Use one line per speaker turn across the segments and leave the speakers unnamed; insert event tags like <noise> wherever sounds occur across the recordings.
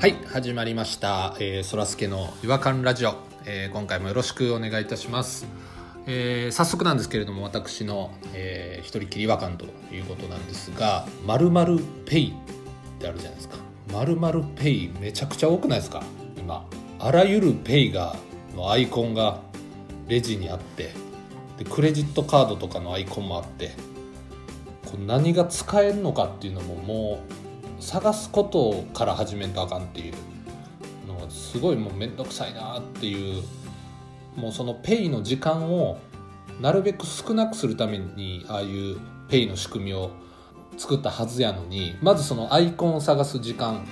はい始まりました、えー、そらすけの違和感ラジオ、えー今回もよろしくお願いいたします、えー早速なんですけれども私の、えー一人きり違和感ということなんですが「まるペイ」ってあるじゃないですか「まるペイ」めちゃくちゃ多くないですか今あらゆるペイがのアイコンがレジにあってでクレジットカードとかのアイコンもあってこう何が使えるのかっていうのももう探すことから始めんとあかんっていうのがすごいもう面倒くさいなっていうもうそのペイの時間をなるべく少なくするためにああいうペイの仕組みを作ったはずやのにまずそのアイコンを探す時間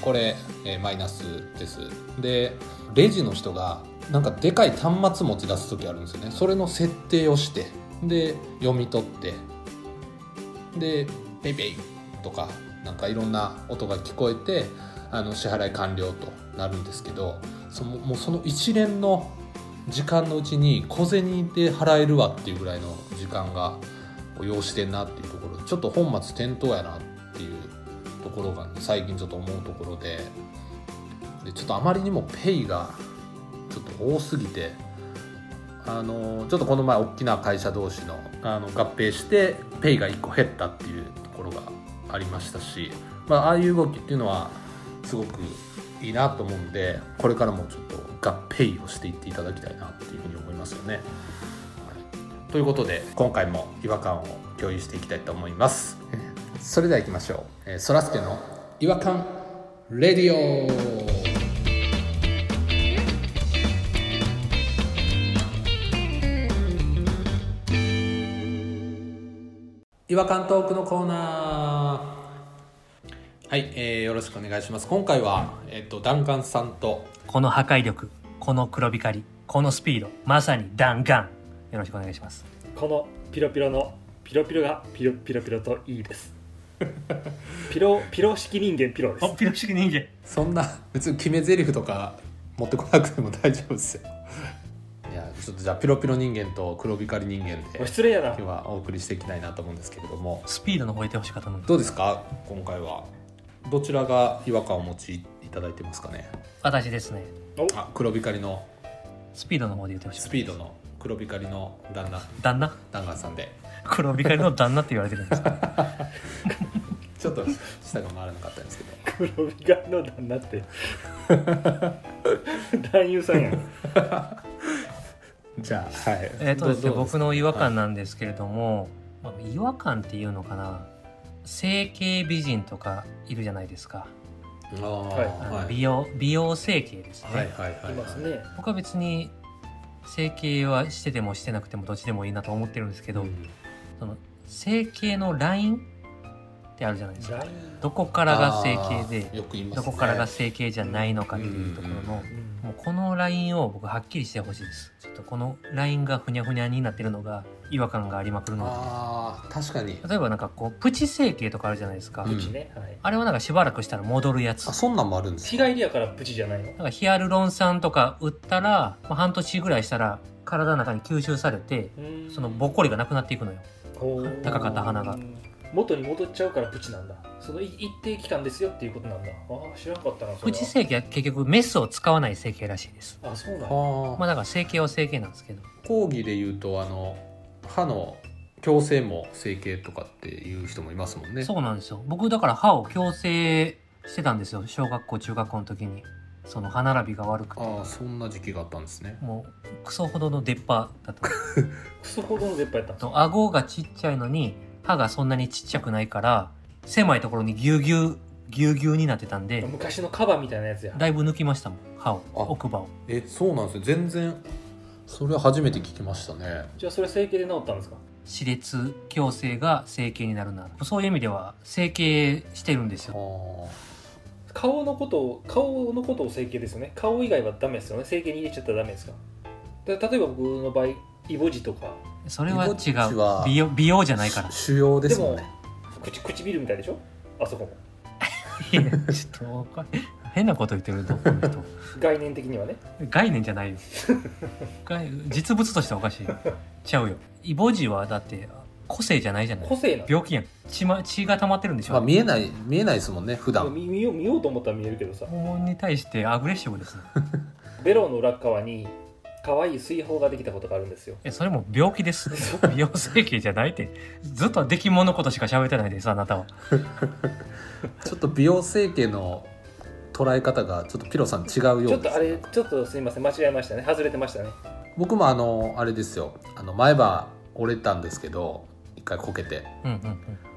これ、えーマイナスですでレジの人がなんかでかい端末持ち出す時あるんですよねそれの設定をしてで読み取ってで「ペイペイ」とかなんかいろんな音が聞こえてあの支払い完了となるんですけどそのもうその一連の時間のうちに小銭で払えるわっていうぐらいの時間がこう要してんなっていうところでちょっと本末転倒やなっていうところが、ね、最近ちょっと思うところででちょっとあまりにもペイがちょっと多すぎてあのちょっとこの前大きな会社同士のあの合併してペイが1個減ったっていうところがありましたし、まあ、ああいう動きっていうのはすごくいいなと思うんでこれからもちょっと合併をしていっていただきたいなっていうふうに思いますよね。はいということで今回も違和感を共有していきたいと思います。 <laughs> それでは行きましょう。えーそらすけの違和感レディオ違和感トークのコーナーはい、えーよろしくお願いします今回は、えっとダンカンさんと
この破壊力この黒光りこのスピードまさに弾丸よろしくお願いします
このピロピロのピロピロがピロピロピロといいです
<laughs>
ピロピロ式人間ピロです
ピロシキ人間
そんな <laughs> 別に決め台詞とか持ってこなくても大丈夫ですよいやちょっとじゃあピロピロ人間と黒光り人間で
おい
今
失礼やな
日はお送りしていきたいなと思うんですけれども
スピードの方を得てほしいかと思う
どうですか今回はどちらが違和感をお持ちいただいてますかね
私ですね
あ黒光りの
スピードの方で言ってほしい
スピードの黒光りの旦那
旦那
ダンガンさんで
黒光りの旦那って言われてるんで
<laughs>
すか
ちょっと舌が回らなかったんですけど
黒光の旦那って
<laughs>
男優さんやん
じゃあはい
えっとですね僕の違和感
な
なんですけれども、まあ違和感っていうのかな整形美人とかいるじゃないですか、
ああ
あの
はい
美容美容整形ですね、
はいはいはい
いますね
僕は別に整形はしててもしてなくてもどっちでもいいなと思ってるんですけど、
うん
その整形のラインってあるじゃないですか
ライン
どこからが整形
あー
で
よく言います
ど
ね
こからが整形じゃないのかっていうところの、
うんうん
もうこのラインを僕はっきりしてほしいですちょっとこのラインがふにゃふにゃになってるのが違和感がありまくるの
あー確かに
で例えばなんかこうプチ整形とかあるじゃないですか、
うん
プチね、はい、
あれはなんかしばらくしたら戻るやつ
あそんなんもあるんです
日帰りやからプチじゃないの
なんかヒアルロン酸とか売ったら、まあ、半年ぐらいしたら体の中に吸収されてそのぼっこりがなくなっていくのよ高
高
かった鼻が
元に戻っちゃうからプチなんだそのい一定期間ですよっていうことなんだああ知らんかったなそ
プ
れは
チ整形は結局メスを使わない整形らしいです
あそうなんだ
あ、
ま
ま
あ
あ、
だから整形は整形なんですけど
講義で言うとあの歯の矯正も整形とかっていう人もいますもんね
そうなんですよ僕だから歯を矯正してたんですよ小学校中学校の時にその歯並びが悪くて
ああそんな時期があったんですね
もうクソほどの出っ歯だった
クソほどの出っ歯やったん
あと顎がちっちゃいのに歯がそんなにちっちゃくないから狭いところにぎゅうぎゅうぎゅうぎゅうになってたんで
昔のカバーみたいなやつや
だいぶ抜きましたもん歯を
あ
奥歯を
えそうなんですよ全然それは初めて聞きましたね
じゃあそれ整形で治ったんですか
歯列矯正が整形になるならそういう意味では整形してるんです
あ
よ
ー
顔のことを顔のことを整形ですよね顔以外はダメですよね整形に入れちゃったらダメですかで例えば僕の場合イボ痔とか
それは
イ
違
ボ痔は
う美容美容じゃないから
腫瘍で
です
もん
も
ね
口唇みたいでしょあそこも
いやちょっとわかん変なこと言ってるとこの人
概念的にはね
概念じゃないよ概実物としてはおかしいちゃうよイボ痔はだって個性じゃないじゃない
個性なん
病気やん血,、ま、血が溜まってるんでしょ、
まあ、見えない見えないですもんね普段
見見よう見ようと思ったら見えるけどさ
肛門に対してアグレッシブですね
ベロの裏っ側に可愛い水泡ができたことがあるんですよ
えそれも病気です美容整形じゃないってずっと出来物のことしか喋ってないですあなたは
ちょっと美容整形の捉え方がちょっとピロさん違う
ち
よ
ょ
う
っ
で
とあ
すね
れちょっとすいません間違えましたね外れてましたね
僕もあのあれですよあの前歯折れたんですけど一回こけて
うんうんう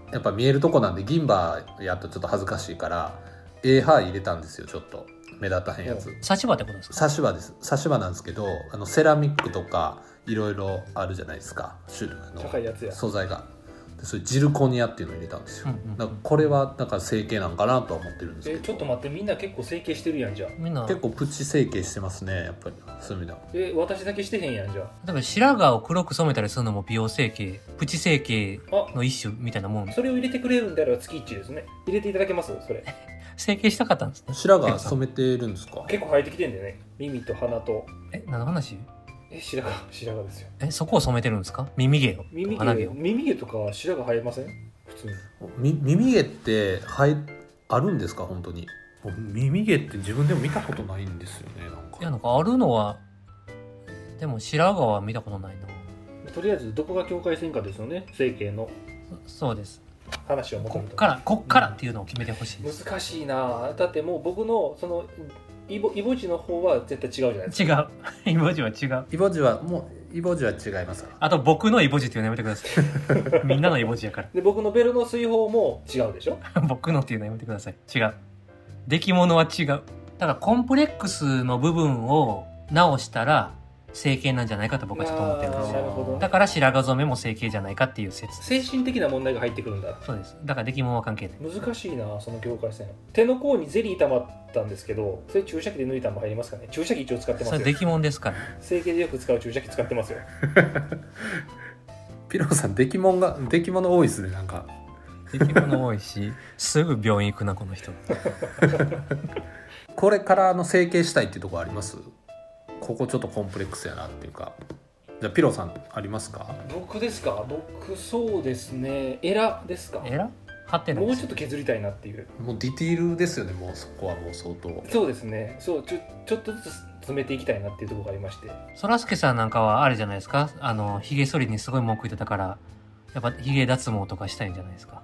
ん
やっぱ見えるとこなんで銀歯やっとちょっと恥ずかしいからえ歯入れたんですよちょっと目立たへんやつ
刺し歯ってことですか
差し歯です差し歯なんですけどあのセラミックとかいろいろあるじゃないですか種類
高い
の
やつや
素材がでそれジルコニアっていうのを入れたんですよ
うんうんうん
だからこれはだから整形なんかなとは思ってるんですけ
え
ど
ちょっと待ってみんな結構整形してるやんじゃあ
みんなだ
結構プチ整形してますねやっぱりそういう意味では
え私だけしてへんやんじゃ
から白髪を黒く染めたりするのも美容整形プチ整形
ああ
の一種みたいなもん
それを入れてくれるんであれば月1ですね入れていただけますそれ
整形したかったんですね
白髪染めてるんですか
結構生えてきてんだよね耳と鼻と
え何の話
え白髪白髪ですよ
えそこを染めてるんですか耳毛を
耳毛
鼻毛を
耳毛とか白髪生えません普通に
み耳毛って生えあるんですか本当に僕耳毛って自分でも見たことないんですよねなん
いやなんかあるのはでも白髪は見たことないな
とりあえずどこが境界線かですよね整形の
そそうです
話を求
こ
め
っ
と
からこっからっていうのを決めてほしいです
難しいなだってもう僕のそのイボイボジの方は絶対違うじゃないですか
違う <laughs> イボジは違う
イボジはもうイボジは違いますか
あと僕のイボジっていうのやめてくださ
<laughs>
いみんなのイボジやか
で僕のベルの水泡も違うでしょ
ら僕のっていうのやめてください違う出来物は違うだからコンプレックスの部分を直したら整形なんじゃないかと僕はちょっと思ってるんです
あーなる
よ
ほどね
だから白髪染めも整形じゃないかっていう説
精神的な問題が入ってくるんだ
そうですだから出来物は関係ない
難しいなその境界線手の甲にゼリー溜まったんですけどそれ注射器で抜いたのも入りますかね注射器一応使ってま
それ
すよ
出来物ですから
整形でよく使う注射器使ってますよ
ピロさん出来物が出来物多いですねなんか
出来物多い
<laughs>
しすぐ病院行くなこの人
これからあの整形したいっていうところありますここちょっとコンプレックスやなっていうかじゃあピロさんありますか
僕ですか僕そうですねエラですか
えら張ってない
も
で
う
す
ちょっと削りたいなっていう
もうディティールですよねもうそこはもう相当
そうですねそうちょちょっとずつ詰めていきたいなっていうところがありまして <laughs>
そらすけさんなんかはあれじゃないですかあのひげ剃りにすごい文句言ってたからやっぱひげ脱毛とかしたいんじゃないですか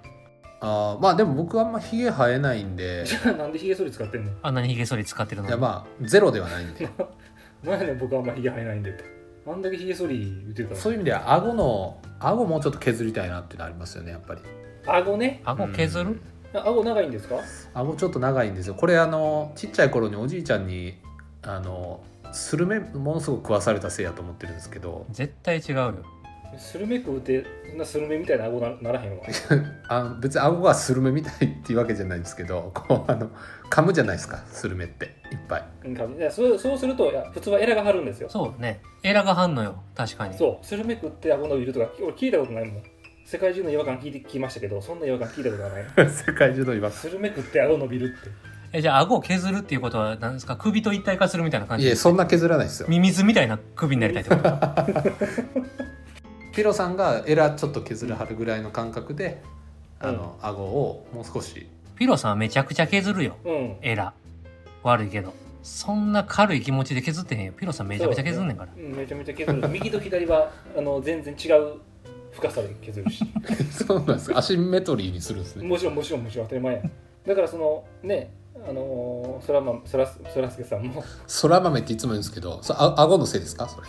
あーまあでも僕あんまヒゲ生えないんで
じゃあなんでヒゲ剃り使ってんの
あんなにひげ剃り使ってるの
い
に
やまあゼロではないんで
なんやねん僕あんまヒゲ生えないんでってあんだけヒゲ剃り言ってた
そうい
の
う意味では顎の顎もうちょっと削りたいなっていうのありますよねやっぱり
顎ね
顎削
う
る
ん
あ顎長いんですか
顎ちょっと長いんですよこれあのちっちゃい頃におじいちゃんにあのスルメものすごく食わされたせいやと思ってるんですけど
絶対違うよ
スルメ食うてそんなスルメみたいな顎なならへんわ
あの別に顎がスルメみたいっていうわけじゃないんですけど <laughs> こうあの噛むじゃないですかスルメっていっぱい
うん多分いやそうそうするといや普通はエラが張るんですよ
そうねエラが張んのよ確かに
そうスルメ食って顎伸びるとか俺聞いたことないもん世界中の違和感聞いて聞きましたけどそんな違和感聞いたことがない
<laughs> 世界中の違和
スルメ食って顎伸びるって
えじゃあ顎を削るっていうことは何ですか首と一体化するみたいな感
感い
じ
やそんな削らないですよ
ミミズみたいな首になりたいってこと
ピロさんがエラちょっと削るはるぐらいの感覚であの、顎をもう少し <laughs>
ピロさんはめちゃくちゃ削るよ
うん
エラ悪いけどそんな軽い気持ちで削ってへんよピロさんめちゃくちゃ削んねんから
うんめちゃめちゃ削る右と左はあの全然違う深さで削るし
<laughs> そうなんですかアシンメトリーにするんですね
もちろんもちろんもちろん当たり前やだからそのねあのーそらまそらそらすけさんも
そら豆っていつも言うんですけどそれあ顎のせいですか <laughs> それ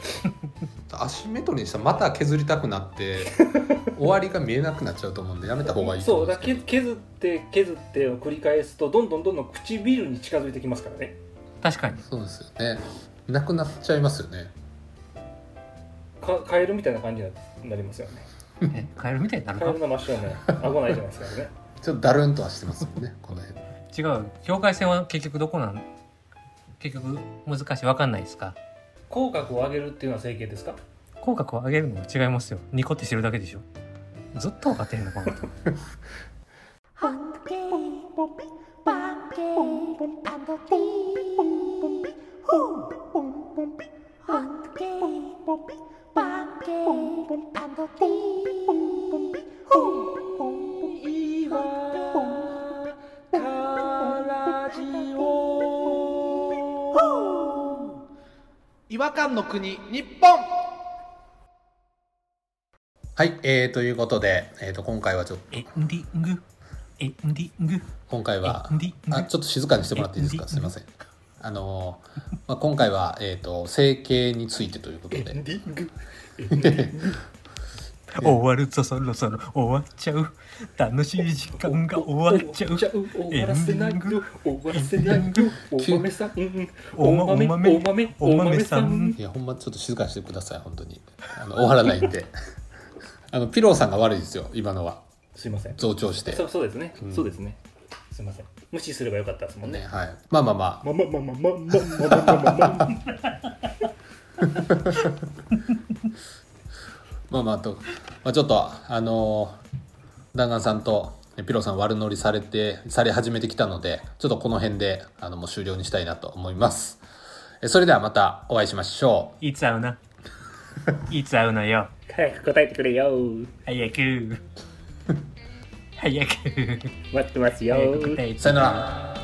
アシンメトリーにしたらまた削りたくなって <laughs> 終わりが見えなくなっちゃうと思うんでやめた方がいいと
そ
思
う
うんで
だ
す
から
け
け
ど
削って削ってを繰り返すとどんどんどんどん唇に近づいてきますからね
確かに
そうですよねなくなっちゃいますよね
かカエルみたいな感じになりますよ
<laughs>
ね
えカエルみたいになる
カエ
か
ルの真っ白ね顎ないじゃないですかね
ちょっとだるんとはしてますよ <laughs> ねこの辺
違う境界線は結局どこなん結局難しいわかんないですか
<laughs> 口角を上げるっていうのは整形ですか
口角を上げるのは違いますよニコってしてるだけでしょずっと分かってへんのかな
Hunky,
違和感の国日本はい、えー、ということで、えー、と今回はちょっと
<laughs> エンディングエンディング
今回は
エンディング
あちょっと静かにしてもらっていいですか
エン
す
デ
い
ィン
ま
グ
せんあのー、まあ、今回は、えー、と整形についてということ
エ
で
ンディングエンディング
終わるぞそろそろ終わっちゃう楽しい時間が終わっちゃう
終わらせないよ終わらせないよお豆さん
お
お
ま
豆お豆
お豆
お豆さ
お豆
ん
いやほんまちょっと静かにしてください本当にあの終わらないんであのピローさんが悪いですよ今のは
すいません
増長して
そうそうですね、
うん
そうですねすいません無視すればよかったですもん
ね
ね
はいまあまあまあ
まままままままままま
まあまあと、まあ、ちょっとあのー弾丸さんとねピローさん悪乗りされてされ始めてきたのでちょっとこの辺であのもう終了にしたいなと思いますえそれではまたお会いしましょう
いつ会うないつ会うのよ
早く答えてくれよ
早 <laughs> く早く
待ってますよ
早く答えて
さよなら